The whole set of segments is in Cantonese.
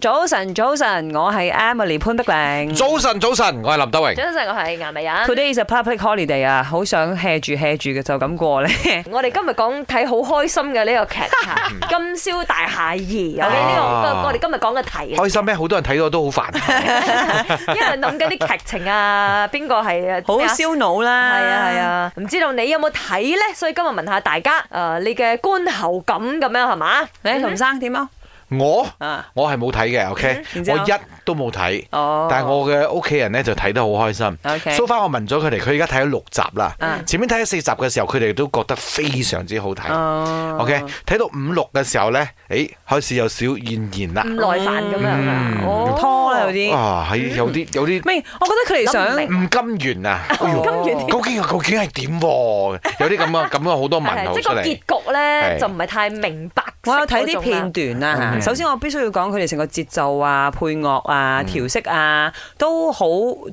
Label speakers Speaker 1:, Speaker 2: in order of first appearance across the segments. Speaker 1: 早晨，早晨，我係 Emily 潘碧玲。
Speaker 2: 早晨，早晨，我係林德榮。
Speaker 3: 早晨，我係顏美人。
Speaker 1: Today is a public holiday 啊，好想 hea 住 hea 住嘅就咁過咧。
Speaker 3: 我哋今日講睇好開心嘅呢個劇
Speaker 1: 嗯
Speaker 3: 集《金宵大廈二》。OK，呢
Speaker 2: 啊
Speaker 3: 個我哋今日講嘅題，啊
Speaker 2: 開心咩？好多人睇到 都好煩。
Speaker 3: 因為諗緊啲劇情啊，邊個係 啊？
Speaker 1: 好燒腦
Speaker 3: 係
Speaker 1: 啦，
Speaker 3: 啊係，啊，唔知道你有冇睇咧？所以今日問下大家，誒、你嘅觀後感咁樣係嘛？
Speaker 1: 你林生點啊？
Speaker 2: 我
Speaker 1: 啊，
Speaker 2: 我係冇睇嘅，OK，
Speaker 1: 然之後
Speaker 2: 我一都冇睇。
Speaker 1: 哦，
Speaker 2: 但係我嘅屋企人咧就睇得好開心。
Speaker 1: OK
Speaker 2: 蘇翻我問咗佢哋，佢而家睇咗六集啦
Speaker 1: 嗯。
Speaker 2: 前面睇咗四集嘅時候，佢哋都覺得非常之好睇。
Speaker 1: 哦
Speaker 2: OK，睇到五六嘅時候咧，誒開始有少怨言啦
Speaker 3: 唔。耐煩咁樣啊
Speaker 2: 嗯，
Speaker 3: 哦
Speaker 1: 拖啦有。啲，
Speaker 2: 啊，係有啲有啲
Speaker 1: 咩？我覺得佢哋想
Speaker 3: 諗唔明
Speaker 2: 唔甘願啊！哎呦
Speaker 3: 咁遠
Speaker 2: 究竟究竟係點喎？有啲咁啊咁啊 好多問號
Speaker 3: 係即係
Speaker 2: 出
Speaker 3: 個
Speaker 2: 嚟
Speaker 3: 結。局咧
Speaker 2: 係
Speaker 3: 就唔係太明白。
Speaker 1: 我有睇
Speaker 3: 啊
Speaker 1: 啲片段啦、
Speaker 2: 嗯
Speaker 1: 首先我必須要講佢哋成個節奏啊、配樂
Speaker 3: 嗯
Speaker 1: 啊、調色啊，都好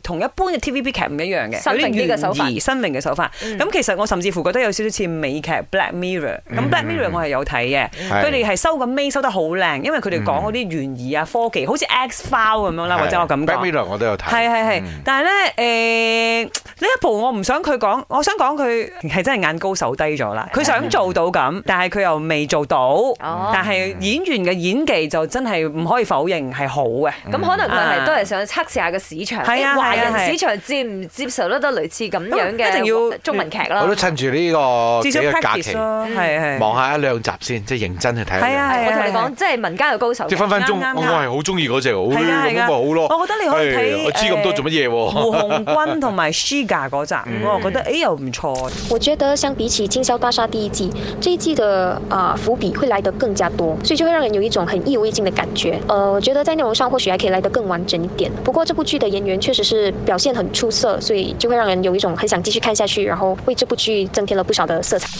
Speaker 1: 同一般嘅 TVB 劇唔一樣嘅，
Speaker 3: 新
Speaker 1: 有
Speaker 3: 穎啲嘅手法嗯
Speaker 1: 懸疑新穎嘅手法。咁、其實我甚至乎覺得有少少似美劇《Black Mirror》。咁《Black
Speaker 3: 嗯
Speaker 1: Mirror》我係有睇嘅，
Speaker 2: 係
Speaker 1: 佢哋係收緊尾收得好靚，因為佢哋講嗰
Speaker 3: 嗯
Speaker 1: 啲懸疑啊、科技，好似 X File 咁樣啦，或者我咁
Speaker 2: b a c
Speaker 1: 講
Speaker 2: k。Mirror 我都有睇。
Speaker 1: 係係係，
Speaker 3: 嗯
Speaker 1: 但係咧誒呢一部我唔想佢講，我想講佢係真係眼高手低咗啦。佢想做到咁，但係佢又未做到。
Speaker 3: 嗯哦
Speaker 1: 但係演員嘅演技就真係唔可以否認係好嘅。
Speaker 3: 咁可能佢
Speaker 1: 啊
Speaker 3: 係都係想測試下個市場，
Speaker 1: 係啊
Speaker 3: 啲華
Speaker 1: 係啊係
Speaker 3: 人市場接唔接受得到類似咁樣
Speaker 1: 咁一定要
Speaker 3: 嘅中文劇啦
Speaker 2: 我。都趁住呢個
Speaker 1: 啊至少
Speaker 2: 哦幾個假
Speaker 1: practice
Speaker 2: 期，嗯
Speaker 1: 咯，係係。
Speaker 2: 望下一兩集先，即係認真去睇一兩集。
Speaker 1: 係啊係啊
Speaker 3: 我同你講，即係民間嘅高手
Speaker 2: 即係
Speaker 3: 嘅。
Speaker 2: 分分
Speaker 1: 啱
Speaker 2: 鐘，
Speaker 1: 啱
Speaker 2: 我
Speaker 1: 啱
Speaker 2: 係好中意嗰只，我
Speaker 1: 係啊
Speaker 2: 咁
Speaker 1: 係
Speaker 2: 咪
Speaker 1: 啊
Speaker 2: 好咯。
Speaker 1: 我覺得你可以
Speaker 2: 唉
Speaker 1: 睇
Speaker 2: 我知咁多做乜嘢
Speaker 1: 誒
Speaker 2: 喎？嗯
Speaker 1: 胡鴻鈞同埋 Shiga 嗰集，我覺得誒又唔錯。
Speaker 4: 我觉得相比起《金宵大厦》第一季，这一季的啊、伏笔会来得更加多，所以就会让人有一种很意犹未尽的感觉。呃，我觉得在内容上或许还可以来得更完整一点。不过这部剧的演员确实是表现很出色，所以就会让人有一种很想继续看下去，然后为这部剧增添了不少的色彩。